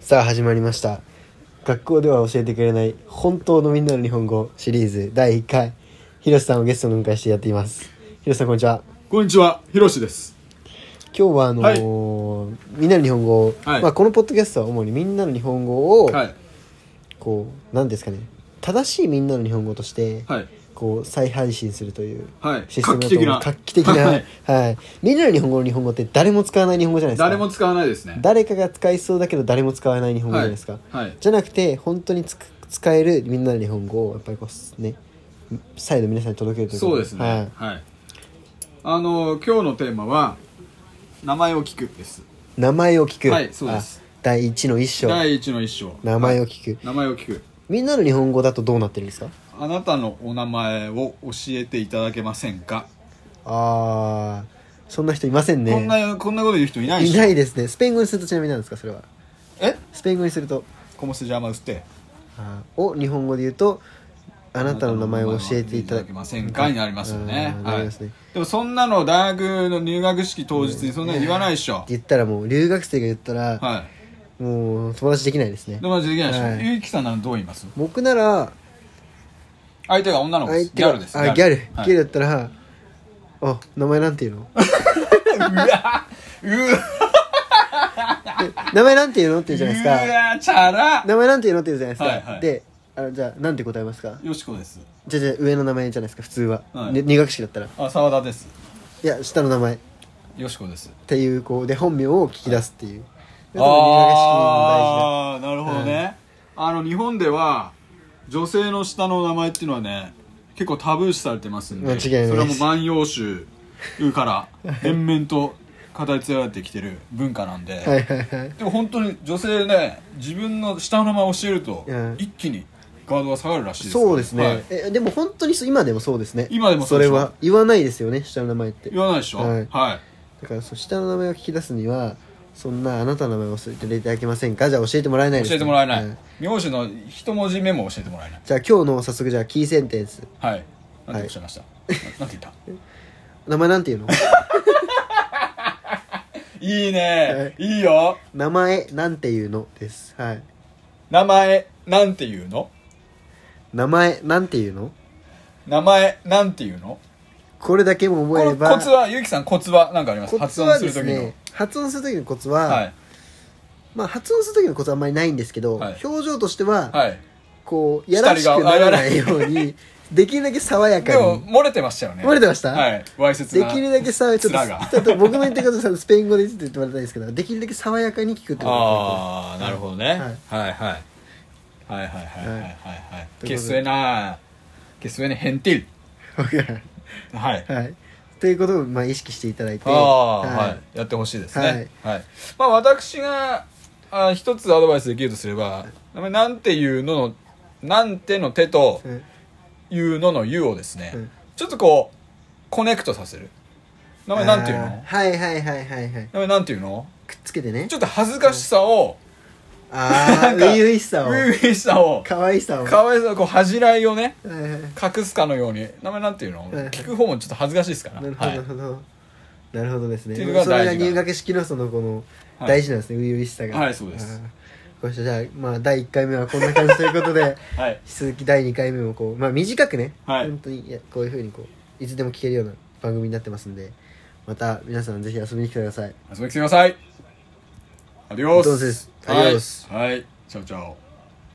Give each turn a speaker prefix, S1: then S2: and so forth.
S1: さあ始まりました学校では教えてくれない本当のみんなの日本語シリーズ第1回ひろしさんをゲストにお迎えしてやっていますひろしさんこんにちは
S2: こんにちは、ひろしです。
S1: 今日はあのーみんなの日本語を、
S2: はい
S1: まあ、このポッドキャストは主にみんなの日本語を、
S2: はい。
S1: こうなんですかね正しいみんなの日本語として、
S2: はい。
S1: こう再配信するという
S2: はい。
S1: システ
S2: 画
S1: ムだ
S2: 期
S1: と
S2: 的
S1: 思う
S2: な。
S1: 画期的な、
S2: は
S1: はいいみんなの日本語の日本語って誰も使わない日本語じゃないですか
S2: 誰も使わないですね。
S1: 誰かが使いそうだけど誰も使わない日本語じゃないですか、
S2: はいはい
S1: じゃなくて本当につく使えるみんなの日本語をやっぱりこうね再度皆さんに届けるということ
S2: そうですね。
S1: は
S2: はい
S1: い。
S2: あの、今日のテーマは、名前を聞くです。
S1: 名前を聞く
S2: はいそうです
S1: あ第一の一章
S2: 第一の一章。
S1: 名前を聞く、
S2: 名前を聞く。
S1: みんなの日本語だとどうなってるんですか
S2: あなたのお名前を教えていただけませんか、
S1: ああそんな人いませんね
S2: こんな、こんなこと言う人いないで
S1: い
S2: しょ
S1: ないですねスペイン語にするとちなみになんですかそれは
S2: え
S1: スペイン語にすると
S2: コモスジャーマウスって。
S1: あーを日本語で言うとあなたの名前を教えていただ
S2: けませんかになりますよね
S1: あ。ーな
S2: は
S1: り
S2: い
S1: ますね。
S2: でもそんなの大学の入学式当日にそんなの言わないでしょ。
S1: 言ったらもう留学生が言ったら、
S2: はい。
S1: もう友達できないですね
S2: でもできないでしょ、
S1: はい
S2: ゆうきさんならどう言います
S1: 僕なら
S2: 相手が女の子で
S1: 相
S2: す
S1: 手
S2: ギ
S1: が
S2: ャルです
S1: あギャルギ
S2: は
S1: ャ
S2: い
S1: ルだったら「あ名前なんて いうの?
S2: うわ
S1: で」名前なんていうの?」って言うじゃないうですか
S2: わチ
S1: 「
S2: ャラ
S1: 名前なんていうの?」って言うじゃないですか、
S2: はいはい
S1: であじゃあなんて答えますか
S2: よしこです
S1: じゃあじゃあ上の名前じゃないですか普通は、
S2: はい
S1: ね入学式だったら「
S2: あ沢田です
S1: いや下の名前」っ
S2: よしこです
S1: ていうこうで本名を聞き出すっていう、で入学式の大事な
S2: ああなるほどね、あの日本では女性の下の名前っていうのはね結構タブー視されてますんで
S1: 間違いないです
S2: それはもう万葉集 から連綿と語り継がれてきてる文化なんで、
S1: はいはいはい
S2: でも本当に女性ね自分の下の名前を教えると、
S1: うん
S2: 一気にガードが下がるらしいですから
S1: そうですね、
S2: はい
S1: えでも本当にそう今でもそうですね
S2: 今でも
S1: そ
S2: そうで
S1: れ
S2: しょ
S1: は言わないですよね下の名前って
S2: 言わないでしょ
S1: は
S2: はいい、
S1: だからそう下の名前を聞き出すにはそんなあなたの名前を教えていただけませんかじゃあ教えてもらえないです
S2: 教えてもらえない、
S1: は
S2: 名字の一文字目も教えてもらえない
S1: じゃあ今日の早速じゃあキーセンテンス
S2: はいなんておっしゃいました、ななんて言った
S1: 名前なんていうの
S2: いいね、い、いよ
S1: 名前なんていうのですはい
S2: 名前なんて言うの
S1: 名前なんていうの
S2: 名前なんて言うの
S1: これだけも
S2: こ
S1: 覚えれ
S2: の
S1: ば
S2: コツはゆうきさんコツは何かあります
S1: コツ
S2: 発
S1: は
S2: 音す
S1: で
S2: る
S1: す
S2: 時の
S1: ね発音する時のコツは、
S2: はい
S1: まあ発音する時のコツはあんまりないんですけど、
S2: はい
S1: 表情としては、
S2: はい
S1: こうやらしくならないようにできるだけ爽やか
S2: でも
S1: に
S2: 漏れてましたよね
S1: 漏れてました
S2: はいわいせつ
S1: で
S2: な
S1: きるだけさちょっ
S2: 面が
S1: とちょっと僕の言ってることはスペイン語でちょっと言ってもらいたいんですけどできるだけ爽やかに聞くってこと
S2: ああなるほどね、
S1: はい
S2: はい、はいはいはいはいはいはいはい
S1: ということで
S2: けっすえなけっすえねへんてるはい
S1: はいということをまあ意識していただいて
S2: ああ、はい、やってほしいですね。はい。まあ、私が、あ、一つアドバイスできるとすれば、名前なんていうのの、なんての手と
S1: い、うん
S2: いうのの言うをですね、
S1: うん
S2: ちょっとこう、コネクトさせる。名前なんていう
S1: あー
S2: の
S1: はいはいはいはいはい
S2: 名前なんていうの
S1: くっつけてね
S2: ちょっと恥ずかしさを、
S1: ああ
S2: な
S1: 初
S2: んか
S1: 々し
S2: 初
S1: さを
S2: 々しさを、
S1: 可愛さを
S2: かわいさを、こう、恥じらいをね、
S1: はいはいはい
S2: 隠すかのように、名前なんていうの
S1: いはい
S2: 聞く方もちょっと恥ずかしいですから。
S1: なるほど
S2: は
S1: ないる。ほどなるほどですね
S2: っていうのが
S1: それ
S2: 大事
S1: が
S2: かな
S1: 入学式のそのこの
S2: はい
S1: 大事なんですね初々しさが
S2: はいそうです
S1: あーご視聴じゃあまあ第1回目はこんな感じということで
S2: はい。
S1: 引き続き第2回目もこう、まあ、短くね、
S2: はい
S1: 本当にいやこういうふうにこういつでも聞けるような番組になってますんでまた皆さんぜひ遊びに来てください
S2: 遊びに来てください。アディオス。
S1: どうぞですアディオス
S2: はい。はい。チャオチャオ。